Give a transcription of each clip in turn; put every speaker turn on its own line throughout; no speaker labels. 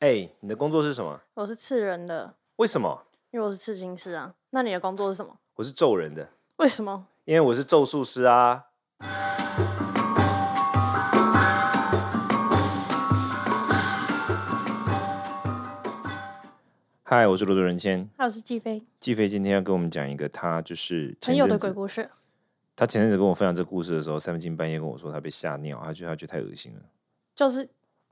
哎、你的工作是什么？
我是刺人的，
为什么？
因为我是刺青师啊。那你的工作是什么？
我是咒人的，
为什么？
因为我是咒术师啊。嗨，我是罗卓人谦。
还有是季飞，
季飞今天要跟我们讲一个，他就是
朋
前
友
阵
的鬼
子，
故事。
他前阵子跟我分享这故事的时候，三更半夜跟我说他被吓尿，他觉得他觉得太恶心了，
就是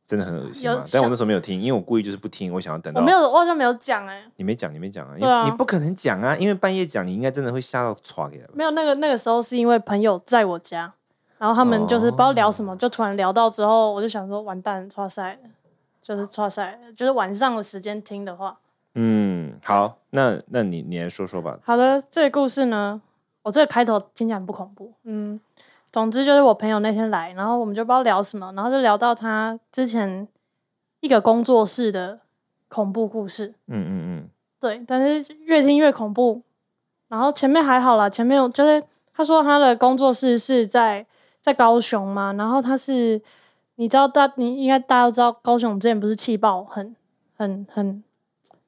真的很恶心
有
嘛。但我
想
那时候没有听，因为我故意就是不听，我想要等
我
到
没有，我好像没有讲哎、
你没讲，你没讲啊，因
对啊
为你不可能讲啊，因为半夜讲你应该真的会吓到歘给他吧。
没有那个那个时候是因为朋友在我家，然后他们就是
哦
不知道聊什么，就突然聊到之后，我就想说完蛋，错赛了，就是错赛了，就是晚上的时间听的话。
嗯，好，那那你你来说说吧。
好的，这个故事呢，我这个开头听起来很不恐怖。嗯，总之就是我朋友那天来，然后我们就不知道聊什么，然后就聊到他之前一个工作室的恐怖故事。
嗯嗯
对，但是越听越恐怖。然后前面还好啦，前面我就是他说他的工作室是在在高雄嘛，然后他是你知道大你应该大家都知道高雄之前不是气爆很很很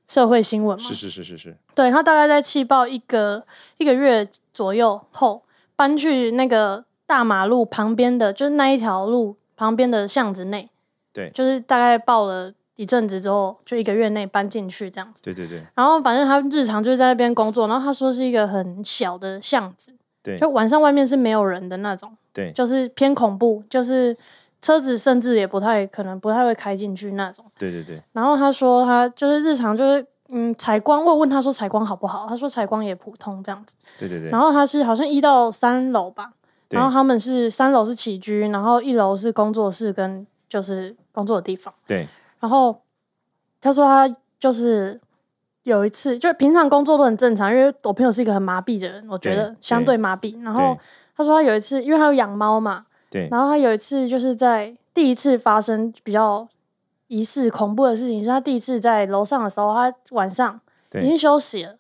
社会新闻
嗯，
嘛，
是是是是是，
对他大概在气爆一个一个月左右后，搬去那个大马路旁边的，就是那一条路旁边的巷子内。
对
就是大概爆了一阵子之后，就一个月内搬进去这样子。
对对对
然后反正他日常就是在那边工作，然后他说是一个很小的巷子，
对
就晚上外面是没有人的那种，
对，
就是偏恐怖，就是车子甚至也不太可能不太会开进去那种。
对对对，
然后他说他就是日常就是嗯采光，我有问他说采光好不好，他说采光也普通这样子。
对对对，
然后他是好像一到三楼吧，
对
然后他们是三楼是起居，然后一楼是工作室跟就是工作的地方。
对
然后他说他就是有一次，就是平常工作都很正常，因为我朋友是一个很麻痹的人，我觉
对
得相对麻痹。然后
对
他说他有一次，因为他有养猫嘛，
对
然后他有一次就是在第一次发生比较疑似恐怖的事情，是他第一次在楼上的时候，他晚上
对
已经休息了。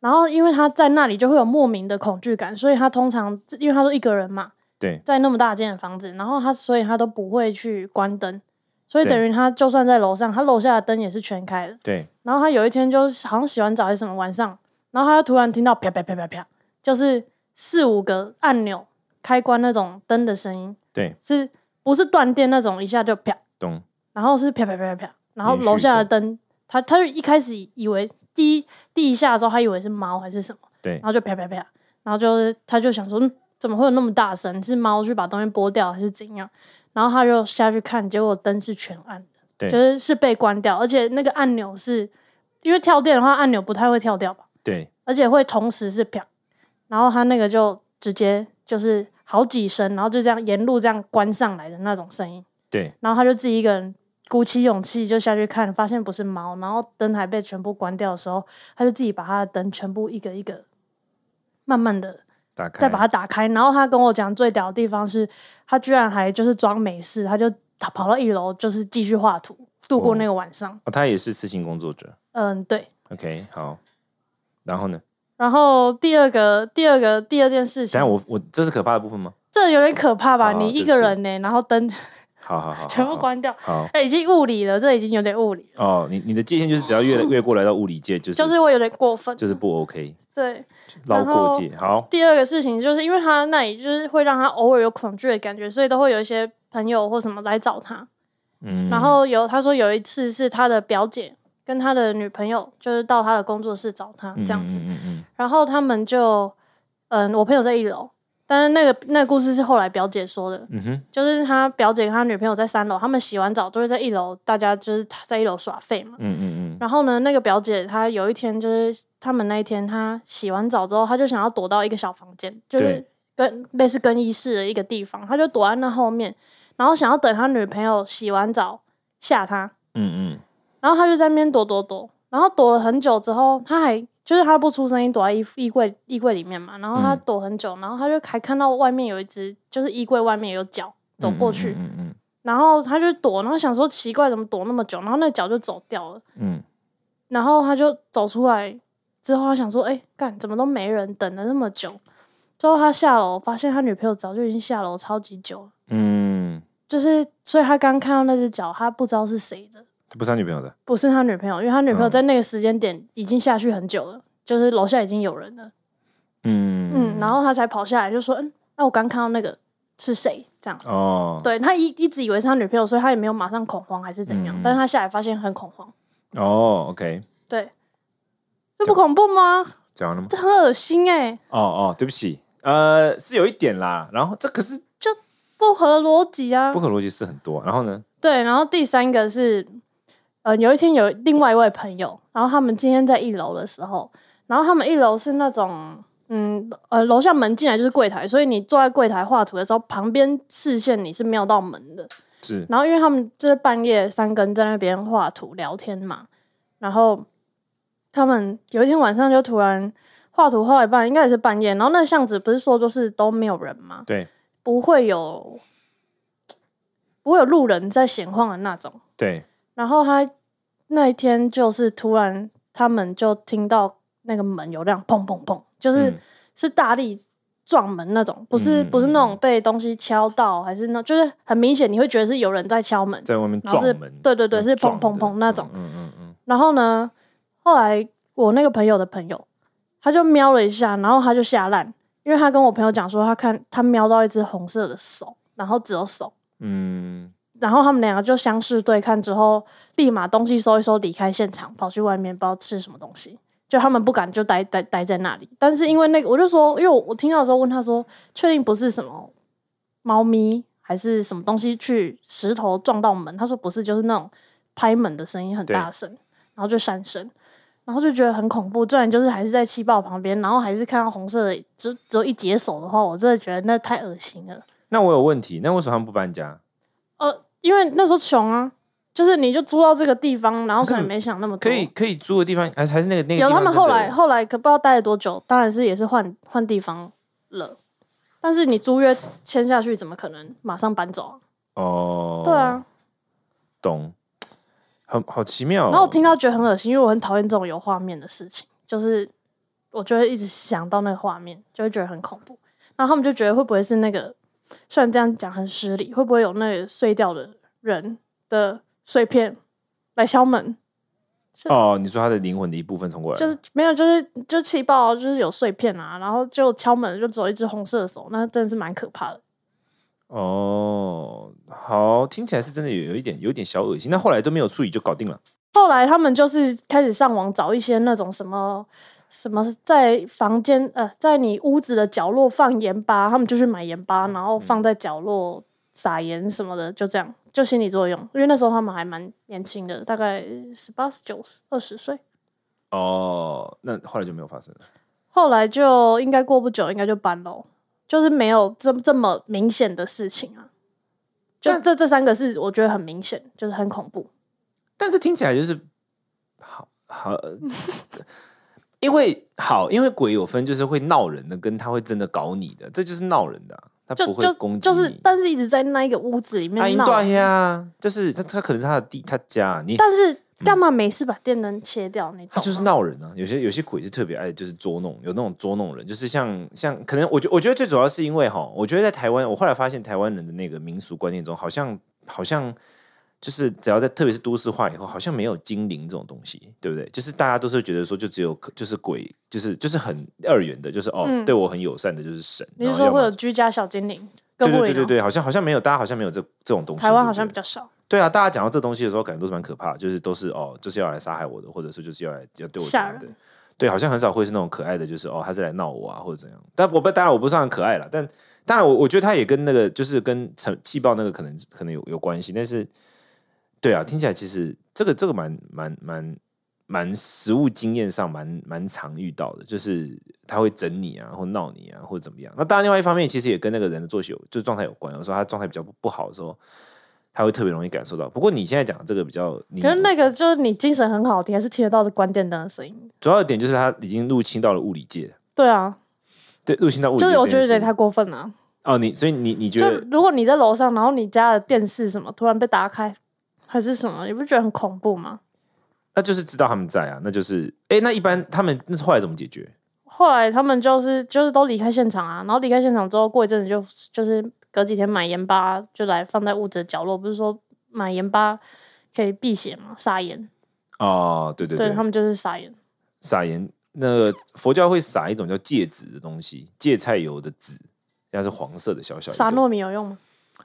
然后，因为他在那里就会有莫名的恐惧感，所以他通常因为他都一个人嘛，
对
在那么大间的房子，然后他所以他都不会去关灯，所以
对
等于他就算在楼上，他楼下的灯也是全开的。
对，
然后他有一天就是好像洗完澡还是什么晚上，然后他就突然听到啪啪啪啪啪，就是四五个按钮开关那种灯的声音，
对，
是不是断电那种一下就啪，
懂，
然后是啪啪啪啪啪，然后
连续
楼下的灯，他他就一开始以为第一第一下的时候，他以为是猫还是什么。
对
然后就啪啪啪，然后就是他就想说，嗯，怎么会有那么大声？是猫去把东西拨掉还是怎样？然后他就下去看，结果灯是全暗
对
的，就是是被关掉，而且那个按钮是因为跳电的话，按钮不太会跳掉吧，
对
而且会同时是啪，然后他那个就直接就是好几声，然后就这样沿路这样关上来的那种声音，
对
然后他就自己一个人。鼓起勇气就下去看，发现不是猫，然后灯还被全部关掉的时候，他就自己把他的灯全部一个一个慢慢的
打开，
再把它打开。然后他跟我讲最屌的地方是，他居然还就是装没事，他就他跑到一楼就是继续画图，度过那个晚上。
哦，他也是刺青工作者
嗯，对。
，OK，好。然后呢？
然后第二个第二个第二件事
等下
情，
我我这是可怕的部分吗？
这有点可怕吧？
好好
你一
对
个
不起
人呢、然后灯
啊好好好，好
全部。关掉，
好好
哎、已经物理了，这已经有点物理了，
哦，你你的界限就是只要越越过来到物理界，就是
就是会有点过分。
就是不 OK，
对。
绕
然
过
后
界。好，
第二个事情就是因为他那里就是会让他偶尔有恐惧的感觉，所以都会有一些朋友或什么来找他。
嗯，
然后有他说有一次是他的表姐跟他的女朋友，就是到他的工作室找他
嗯
这样子，
嗯嗯嗯
然后他们就，嗯，我朋友在一楼，但是那个那个故事是后来表姐说的，
嗯嗯哼，
就是他表姐跟他女朋友在三楼，他们洗完澡都会在一楼，大家就是在一楼耍废嘛。
嗯嗯嗯，
然后呢，那个表姐她有一天就是他们那一天，她洗完澡之后，她就想要躲到一个小房间，就是
对
跟类似更衣室的一个地方，她就躲在那后面，然后想要等她女朋友洗完澡吓她，
嗯嗯，
然后她就在那边躲躲躲，然后躲了很久之后，她还就是她不出声音躲在衣服衣柜衣柜里面嘛，然后她
嗯
躲很久，然后她就还看到外面有一只就是衣柜外面有脚走过去，
嗯嗯
然后她就躲，然后想说奇怪怎么躲那么久，然后那脚就走掉了。
嗯
然后他就走出来之后，他想说：“哎、干怎么都没人，等了那么久。”之后他下楼，发现他女朋友早就已经下楼超级久了，
嗯嗯，
就是所以他刚看到那只脚，他不知道是谁的，
不是他女朋友的，
不是他女朋友，因为他女朋友
嗯
在那个时间点已经下去很久了，就是楼下已经有人了，
嗯
嗯，然后他才跑下来就说，嗯，那、我刚看到那个是谁？这样，
哦，
对他一一直以为是他女朋友，所以他也没有马上恐慌还是怎样，
嗯
但是他下来发现很恐慌，
哦，OK，
对，这不恐怖吗？
讲完了吗？
这很恶心哎、
哦哦，对不起，呃，是有一点啦。然后这可是
不合逻辑啊
不。可逻辑是很多。然后呢，
对，然后第三个是，呃，有一天有另外一位朋友，然后他们今天在一楼的时候，然后他们一楼是那种，嗯，呃，楼下门进来就是柜台，所以你坐在柜台画图的时候，旁边视线你是瞄到门的。
是
然后因为他们就是半夜三更在那边画图聊天嘛，然后他们有一天晚上就突然画图画到一半，应该也是半夜，然后那巷子不是说就是都没有人嘛，
对
不会有不会有路人在闲晃的那种。
对，
然后他那一天就是突然，他们就听到那个门有辆砰砰砰，就是、
嗯
是大力撞门那种，不是、
嗯嗯
不是
嗯
那种
嗯
被东西敲到，还是那就是很明显你会觉得是有人在敲门，
在外面
然后
撞
是
门，
对对对，是砰
撞
砰
的
砰那种。
嗯嗯嗯
然后呢，后来我那个朋友的朋友，他就瞄了一下，然后他就下烂，因为他跟我朋友讲说，他看他瞄到一只红色的手，然后只有手，
嗯
然后他们两个就相视对看之后，立马东西收一收，离开现场，跑去外面不知道吃什么东西。就他们不敢就待待待在那里，但是因为那个，我就说，因为我我听到的时候问他说，确定不是什么猫咪还是什么东西去石头撞到门？他说不是，就是那种拍门的声音很大声，然后就闪身，然后就觉得很恐怖。虽然就是还是在气爆旁边，然后还是看到红色的，只只有一截手的话，我真的觉得那太恶心了。
那我有问题，那为什么他们不搬家？
呃，因为那时候穷啊，就是你就租到这个地方，然后可能没想那么多。
可以可以租的地方，还是还是那个那个
哦有
地
他
方
们
真
后
的
来后来可不知道待了多久，当然是也是换换地方了。但是你租约签下去，怎么可能马上搬走啊？
哦，
对啊，，
懂，很好奇妙哦。
然后我听到觉得很恶心，因为我很讨厌这种有画面的事情，就是我就会一直想到那个画面，就会觉得很恐怖。然后他们就觉得会不会是那个，虽然这样讲很失礼，会不会有那个碎掉的人的碎片来敲门？
哦，你说他的灵魂的一部分冲过来，
就是没有，就是就气爆，就是有碎片啊，然后就敲门，就只有一只红色的手，那真的是蛮可怕的。
哦，好，听起来是真的有有一点有一点小恶心。那后来都没有处理就搞定了。
后来他们就是开始上网找一些那种什么什么在房间呃，在你屋子的角落放盐巴，他们就去买盐巴，然后放在角落撒盐什么的，就这样，就心理作用。因为那时候他们还蛮年轻的，大概十八、十九、二十岁。
哦，那后来就没有发生了。
后来就应该过不久，应该就搬喽，就是没有这这么明显的事情啊。就
但
这这三个是我觉得很明显，就是很恐怖。
但是听起来就是好好，呃 因为好，因为鬼有分，就是会闹人的，跟他会真的搞你的，这就是闹人的啊、他
就
不会
就
攻击
就
你。
是，但是一直在那一个屋子里
阿
面
英
闹。
对呀，就是他他可能是他的地他家，你
但是干嘛没事把电灯切掉？你
他
懂
就是
吗？
闹人啊，有些有些鬼是特别爱就是捉弄，有那种捉弄人，就是像像可能我觉我觉得最主要是因为哈，我觉得在台湾，我后来发现台湾人的那个民俗观念中，好像好像就是只要在特别是都市化以后，好像没有精灵这种东西，对不对？就是大家都是觉得说，就只有就是鬼，就是就是很二元的，就是哦、
嗯
对我很友善的就是神，
你是
然后
说
要么
会有居家小精灵？
对对
哥布
对
林
对
哦？
对，好像好像没有，大家好像没有这这种东西，
台湾好
对不对
像比较少，
对啊，大家讲到这东西的时候，感觉都是蛮可怕的，就是都是哦，就是要来杀害我的，或者是就是要来要对我怎
吓
样的
人。
对，好像很少会是那种可爱的，就是哦，他是来闹我啊，或者怎样。但我不，当然我不算很可爱了，但当然我我觉得他也跟那个就是跟成气爆那个可能可能有有关系，但是对啊，听起来其实这个这个蛮蛮蛮蛮实物经验上蛮蛮常遇到的，就是他会整你啊，或闹你啊，或者怎么样。那当然，另外一方面其实也跟那个人的作息有就状态有关。有时候他状态比较不不好的时候，他会特别容易感受到。不过你现在讲的这个比较，你
可是那个就是你精神很好，你还是听得到这关电灯的声音。
主要的点就是他已经入侵到了物理界，
对啊，
对，入侵到物理界
就
哦这件事。
是我觉得有点太过分了啊。
哦，你所以你你觉
就
得
如果你在楼上，然后你家的电视什么突然被打开，还是什么，你不觉得很恐怖吗？
那就是知道他们在啊，那就是哎，那一般他们那后来怎么解决？
后来他们就是就是都离开现场啊，然后离开现场之后，过一阵子就就是隔几天买盐巴就来放在屋子的角落，不是说买盐巴可以避邪嘛，撒盐，
哦，对对
对他们就是撒盐。
撒盐，那个佛教会撒一种叫芥子的东西，芥菜油的籽，它是黄色的，小小一
撒
个
糯米有用吗？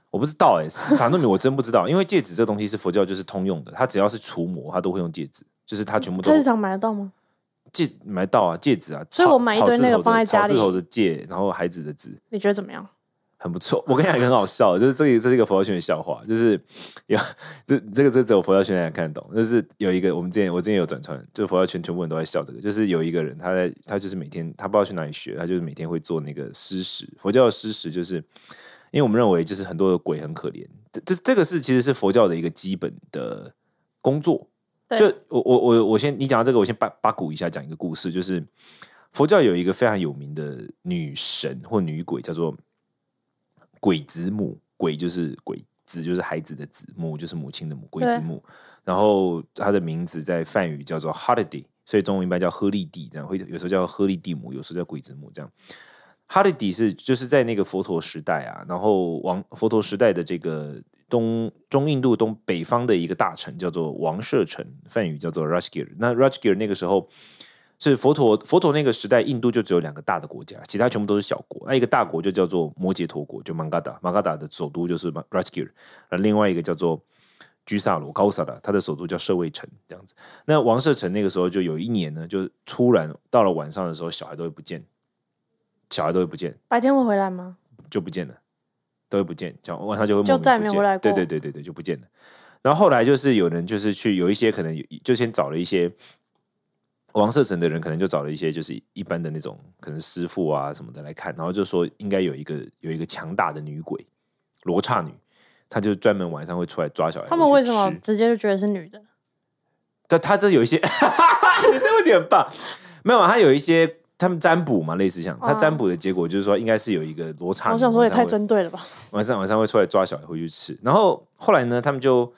我不知道哎、撒糯米我真不知道，因为戒指这东西是佛教就是通用的，它只要是除魔，它都会用戒指，就是它全部都
菜市场买得到吗？
戒买到啊，戒指啊，
所以
草
我买一堆那个放在家里
草字头的草字头的戒，然后孩子的子，
你觉得怎么样？
很不错。 我跟你讲一个很好笑的，就是这个这是一个佛教圈的笑话，就是有 这这个这只有佛教圈才看得懂。就是有一个我们之前我之前有转传，就佛教圈全部人都在笑这个，就是有一个人他在他就是每天他不知道去哪里学，他就是每天会做那个施食。佛教的施食就是因为我们认为就是很多的鬼很可怜，这这这个是其实是佛教的一个基本的工作。
对
就我我我我先你讲到这个，我先八八股一下讲一个故事，就是佛教有一个非常有名的女神或女鬼，叫做鬼子母，鬼就是鬼子就是孩子的子，母就是母亲的母，鬼子
对
母。然后她的名字在梵语叫做 Holiday，所以中文一般叫赫利蒂，这样会有时候叫赫利蒂母，有时候叫鬼子母这样。Holiday 是就是在那个佛陀时代啊，然后王佛陀时代的这个东中印度东北方的一个大城叫做王舍城，梵语叫做 Rajgir。那 Rajgir 那个时候是佛陀佛陀那个时代，印度就只有两个大的国家，其他全部都是小国。那一个大国就叫做摩羯陀国，就 Mangada，Mangada 的首都就是 Rajgir，那另外一个叫做居萨罗高萨达，它的首都叫舍卫城，这样子。那王舍城那个时候就有一年呢，就突然到了晚上的时候，小孩都会不见，小孩都会不见，
白天会回来吗？
就不见了，都会不见，小晚上就会
就
莫名
再也
不
没
见
回来
对
过
对对对对，就不见了。然后后来就是有人就是去有一些可能有就先找了一些王舍城的人，可能就找了一些就是一般的那种可能师傅啊什么的来看，然后就说应该有一个有一个强大的女鬼罗刹女，她就专门晚上会出来抓小孩。
他们
会
为
去
什么
吃
直接就觉得是女的？
但他这有一些， 你这有点棒，没有啊，他有一些他们占卜嘛，类似像他
哦
占卜的结果就是说，应该是有一个罗刹女
我
晚上
想
会，哦
说也太针对了吧？
晚上晚上会出来抓小孩回去吃，然后后来呢，他们就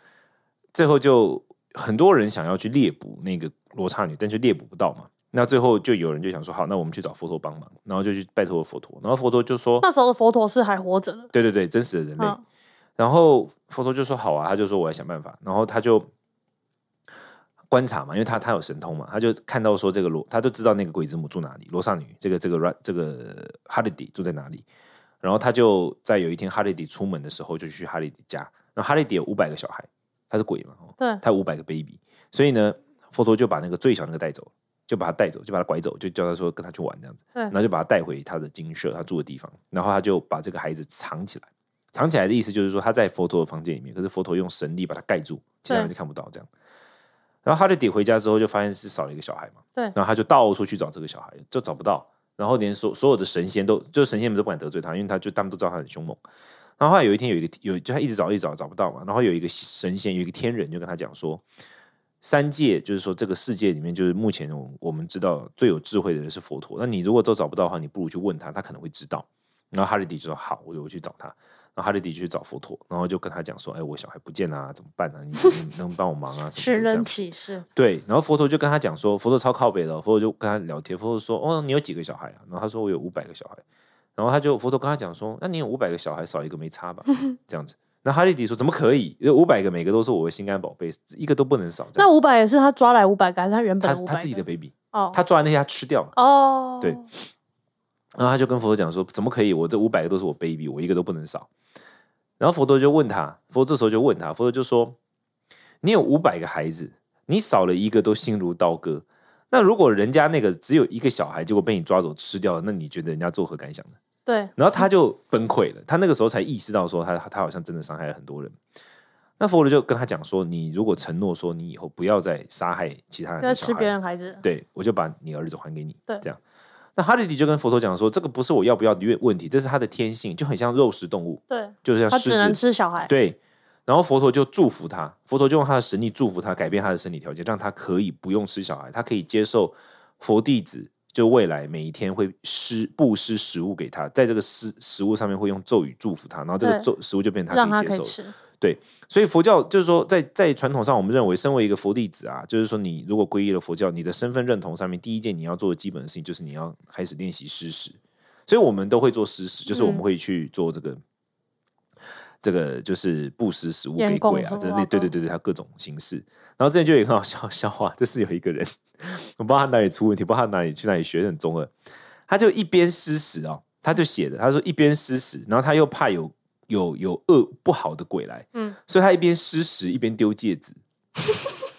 最后就很多人想要去猎捕那个罗刹女，但却猎捕不到嘛。那最后就有人就想说，好，那我们去找佛陀帮忙，然后就去拜托佛陀，然后佛陀就说，
那时候的佛陀是还活着的，
对对对，真实的人类，
嗯，
然后佛陀就说好啊，他就说我要想办法，然后他就观察嘛，因为他他有神通嘛，他就看到说这个罗，他就知道那个鬼子母住哪里，罗刹女这个这个 Ra- 这个哈利迪住在哪里，然后他就在有一天哈利迪出门的时候就去哈利迪家，那哈利迪有五百个小孩，他是鬼嘛，哦
对，
他五百个 baby，所以呢，佛陀就把那个最小那个带走，就把他带走，就把他拐走，就叫他说跟他去玩这样子，
对
然后就把他带回他的精舍，他住的地方，然后他就把这个孩子藏起来，藏起来的意思就是说他在佛陀的房间里面，可是佛陀用神力把他盖住，其他人
对
就看不到这样。然后哈利迪回家之后就发现是少了一个小孩嘛，
对
然后他就到处去找这个小孩，就找不到，然后连所所有的神仙都，就是神仙们都不敢得罪他，因为他就他们都知道他很凶猛。然后后来有一天有一个有就他一直找一直找找不到嘛，然后有一个神仙有一个天人就跟他讲说，三界就是说这个世界里面就是目前我我们知道最有智慧的人是佛陀，那你如果都找不到的话，你不如去问他，他可能会知道。然后哈利迪就说好，我就去找他。然后哈利迪就去找佛陀，然后就跟他讲说，哎，我小孩不见啦、怎么办啊？你你能帮我忙啊？什么的
寻
这样
人启事，
对，然后佛陀就跟他讲说，佛陀超靠北的哦，佛陀就跟他聊天，佛陀说，哦，你有几个小孩啊？然后他说我有五百个小孩，然后他就佛陀跟他讲说，那你有五百个小孩，少一个没 差吧？这样子。那哈利迪说：“怎么可以？五百个，每个都是我的心肝宝贝，一个都不能少。”这样
那五百也是他抓来五百个，还是他原
他
本五百？
他自己的 baby，
哦，
他抓的那些他吃掉嘛，
哦，
对然后他就跟佛陀讲说：“怎么可以？我这五百个都是我 baby，我一个都不能少。”然后佛陀就问他，佛陀这时候就问他，佛陀就说：“你有五百个孩子，你少了一个都心如刀割。那如果人家那个只有一个小孩，结果被你抓走吃掉了，那你觉得人家作何感想呢？”
对，
然后他就崩溃了，他那个时候才意识到说他他好像真的伤害了很多人。那佛陀就跟他讲说：“你如果承诺说你以后不要再杀害其他人
要
的小
吃
孩
别人孩子，
对我就把你儿子还给你，
嗯对
这样。那哈利迪就跟佛陀讲说，这个不是我要不要的问题，这是他的天性，就很像肉食动物，
对，
就像
他
狮
只能
子，
吃小孩，
对。然后佛陀就祝福他，佛陀就用他的神力祝福他，改变他的身体条件，让他可以不用吃小孩，他可以接受佛弟子，就未来每一天会施布施食物给他，在这个食食物上面会用咒语祝福他，然后这个
对
咒食物就变成
让
可
他
以接
可以
受的。
吃，
所以佛教就是说在，在传统上，我们认为身为一个佛弟子啊，就是说你如果皈依了佛教，你的身份认同上面，第一件你要做的基本的事情就是你要开始练习施食。所以我们都会做施食，就是我们
嗯
会去做这个。这个就是不识时务
烟
给
供
鬼啊
什，么
这
的
类对对对对，他各种形式。然后之前就有一个很好笑的笑话，就是有一个人，我不知道他哪里出问题，不知道他哪里去哪里学得很中二，他就一边施食哦，他就写的，他说一边施食，然后他又怕有有有恶不好的鬼来，
嗯
所以他一边施食一边丢戒指。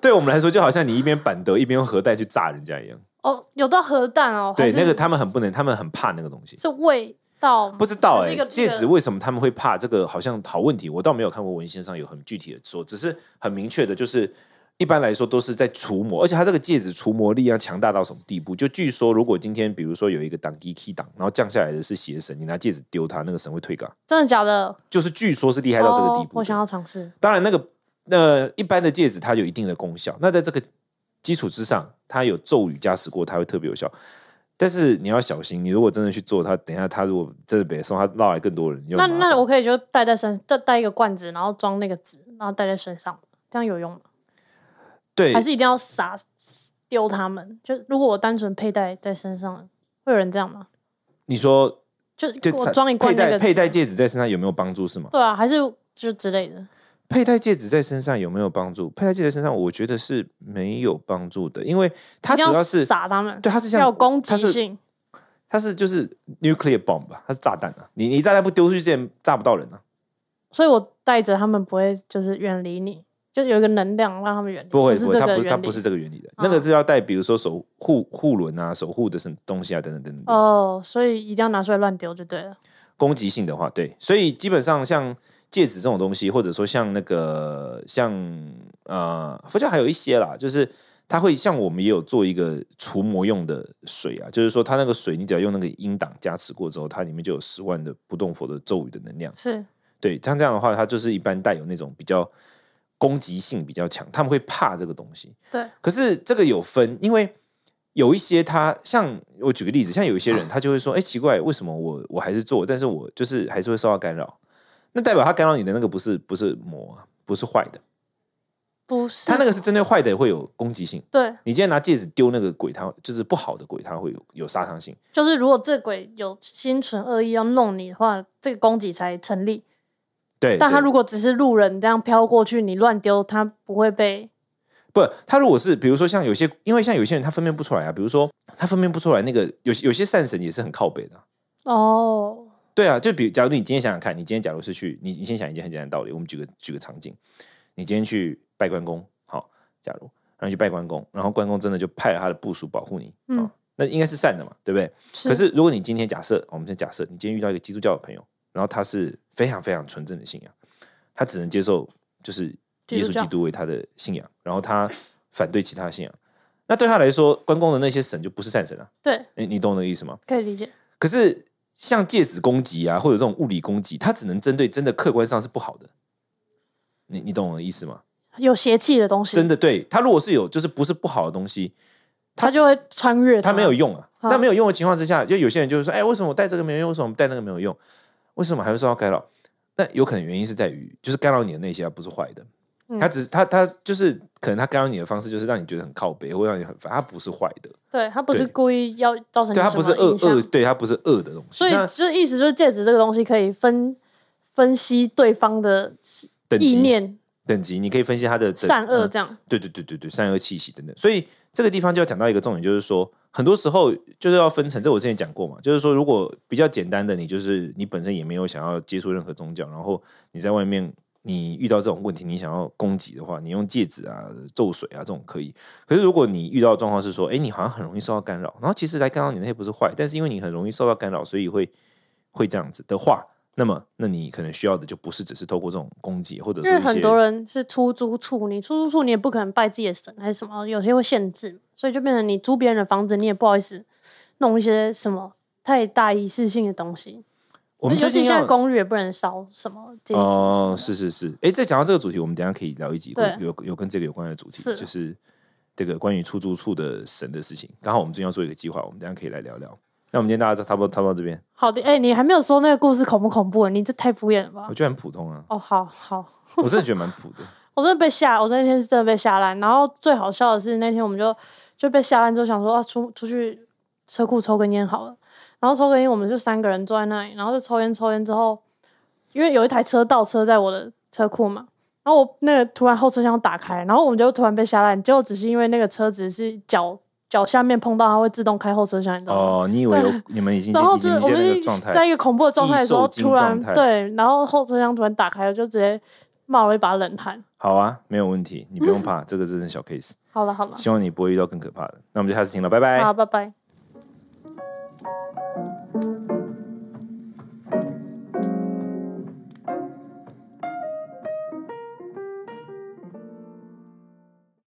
对我们来说，就好像你一边板德一边用核弹去炸人家一样。
哦，有到核弹哦，还
对，
是
那个他们很不能，他们很怕那个东西。
是味道吗，
不知道
还
哎、
是一个
戒指为什么他们会怕这个？好像好问题，我倒没有看过文献上有很具体的说，只是很明确的，就是一般来说都是在除魔，而且它这个戒指除魔力要啊强大到什么地步？就据说，如果今天比如说有一个挡一 key 挡，然后降下来的是邪神，你拿戒指丢它，那个神会退岗，
真的假的？
就是据说是厉害到这个
哦
地步
我
的。
想要尝试。
当然，那个那一般的戒指它有一定的功效，那在这个基础之上，它有咒语加持过，它会特别有效。但是你要小心，你如果真的去做它，等一下它如果真的被送，它绕来更多人，又
那
很麻
那
烦
我可以就带在身，带带一个罐子，然后装那个纸，然后带在身上，这样有用吗？
对
还是一定要撒丢他们？就如果我单纯佩戴在身上，会有人这样吗？
你说，
就
对
我装一
佩
罐那
戴
个
佩戴
纸
戒指在身上有没有帮助是吗？
对啊，还是就之类的。
佩戴戒指在身上有没有帮助？佩戴戒指在身上，我觉得是没有帮助的，因为它
一
主
定要
是
撒他们，
对，它是
要有
像
攻击
它是
性。
它是就是 nuclear bomb 吧，它是炸弹啊，你你炸弹不丢出去之前炸不到人啊。
所以我带着他们不会就是远离你，就有一个能量让他们远离。
不会，
是
不会，
这
它
个
不是它
原理。
不是这个原理的，
哦
那个是要带，比如说守护护轮啊、守护的什么东西啊等等等等的。
哦，所以一定要拿出来乱丢就对了。
攻击性的话，对，所以基本上像戒指这种东西，或者说像那个像呃佛教还有一些啦，就是它会像我们也有做一个除魔用的水啊，就是说它那个水，你只要用那个音档加持过之后，它里面就有十万的不动佛的咒语的能量。
是
对，像这样的话，它就是一般带有那种比较攻击性比较强，他们会怕这个东西。
对，
可是这个有分，因为有一些他像我举个例子，像有一些
啊
人他就会说，哎、奇怪，为什么我我还是做，但是我就是还是会受到干扰？那代表他干扰你的那个不是不是魔啊，不是坏的，
不是
他那个是针对坏的会有攻击性。
对，
你今天拿戒指丢那个鬼，他就是不好的鬼，他会有有杀伤性。
就是如果这鬼有心存恶意要弄你的话，这个攻击才成立。
对，
但他
对
如果只是路人这样飘过去，你乱丢，他不会被
不，他如果是比如说像有些，因为像有些人他分辨不出来啊，比如说他分辨不出来那个有有些善神也是很靠北的啊、
哦。
对啊，就比假如你今天想想看，你今天假如是去你你先想一件很简单的道理，我们举个举个场景，你今天去拜关公，好，假如然后你去拜关公，然后关公真的就派了他的部属保护你，
嗯
嗯，那应该是善的嘛，对不对？
是
可是如果你今天假设，我们先假设你今天遇到一个基督教的朋友，然后他是非常非常纯正的信仰，他只能接受就是
基
耶
督
稣
教
基督为他的信仰，然后他反对其他的信仰，那对他来说，关公的那些神就不是善神啊，
对，
你你懂我的意思吗？
可以理解。
可是像戒指攻击啊，或者这种物理攻击，它只能针对真的客观上是不好的。你你懂我的意思吗？
有邪气的东西，
真的对它如果是有，就是不是不好的东西，
他就会穿越
它没有用啊。
好
那没有用的情况之下，就有些人就会说：“哎，为什么我戴这个没有用？为什么我戴那个没有用？哎为什么还会受到干扰？”那有可能原因是在于，就是干扰你的那些啊不是坏的，
嗯
他只是他他就是可能他干扰你的方式就是让你觉得很靠背，或让你很烦，他不是坏的，
对他不是
对
故意要造成你
对他
什
不是
么
恶
影响
恶，对他不是恶的东西。
所以
那
就是意思就是戒指这个东西可以分分析对方的
等
意
级
念、
等级，你可以分析他的等
善恶
嗯
这样。
对对对对对，善恶气息等等。所以这个地方就要讲到一个重点，就是说，很多时候就是要分层。这我之前讲过嘛，就是说，如果比较简单的，你就是你本身也没有想要接触任何宗教，然后你在外面你遇到这种问题，你想要攻击的话，你用戒指啊、咒水啊这种可以。可是如果你遇到的状况是说，哎，你好像很容易受到干扰，然后其实来干扰你那些不是坏，但是因为你很容易受到干扰，所以会会这样子的话。那么，那你可能需要的就不是只是透过这种攻击，或者说
因为
一
很
些
多人是出租处，你出租处你也不可能拜自己的神还是什么，有些会限制，所以就变成你租别人的房子，你也不好意思弄一些什么太大仪式性的东西。
我们
尤
最
其
近
现在
要
公寓也不能烧什么金纸什么
哦
的，
是是是，哎，这讲到这个主题，我们等一下可以聊一集，
对
会有有跟这个有关的主题，
是
就是这个关于出租处的神的事情。刚好我们最近要做一个计划，我们等一下可以来聊聊。那我们今天大家差不多差不多到这边，
好的，哎、你还没有说那个故事恐不恐怖？你这太敷衍了吧
我？觉得很普通啊，
哦，好好，
我真的觉得蛮普 的。
我真的被吓，我那天是真的被吓烂。然后最好笑的是，那天我们就就被吓烂，之后想说啊，出出去车库抽根烟好了。然后抽根烟，我们就三个人坐在那里，然后就抽烟抽烟之后，因为有一台车倒车在我的车库嘛，然后我那个突然后车厢打开，然后我们就突然被吓烂，结果只是因为那个车子是脚脚下面碰到，它会自动开后车厢，你知道吗？
哦，你以为有你们已经
然后
已
就
经
我
在
们
那个
是
状
在
态
一个恐怖的状态的时候，
易受惊
突然
状态
对，然后后车厢突然打开，我就直接冒了一把冷汗。
好啊，没有问题，你不用怕，这个真是小 case。
好了好了，
希望你不会遇到更可怕的。那我们就下次听了，拜拜。
好，拜拜。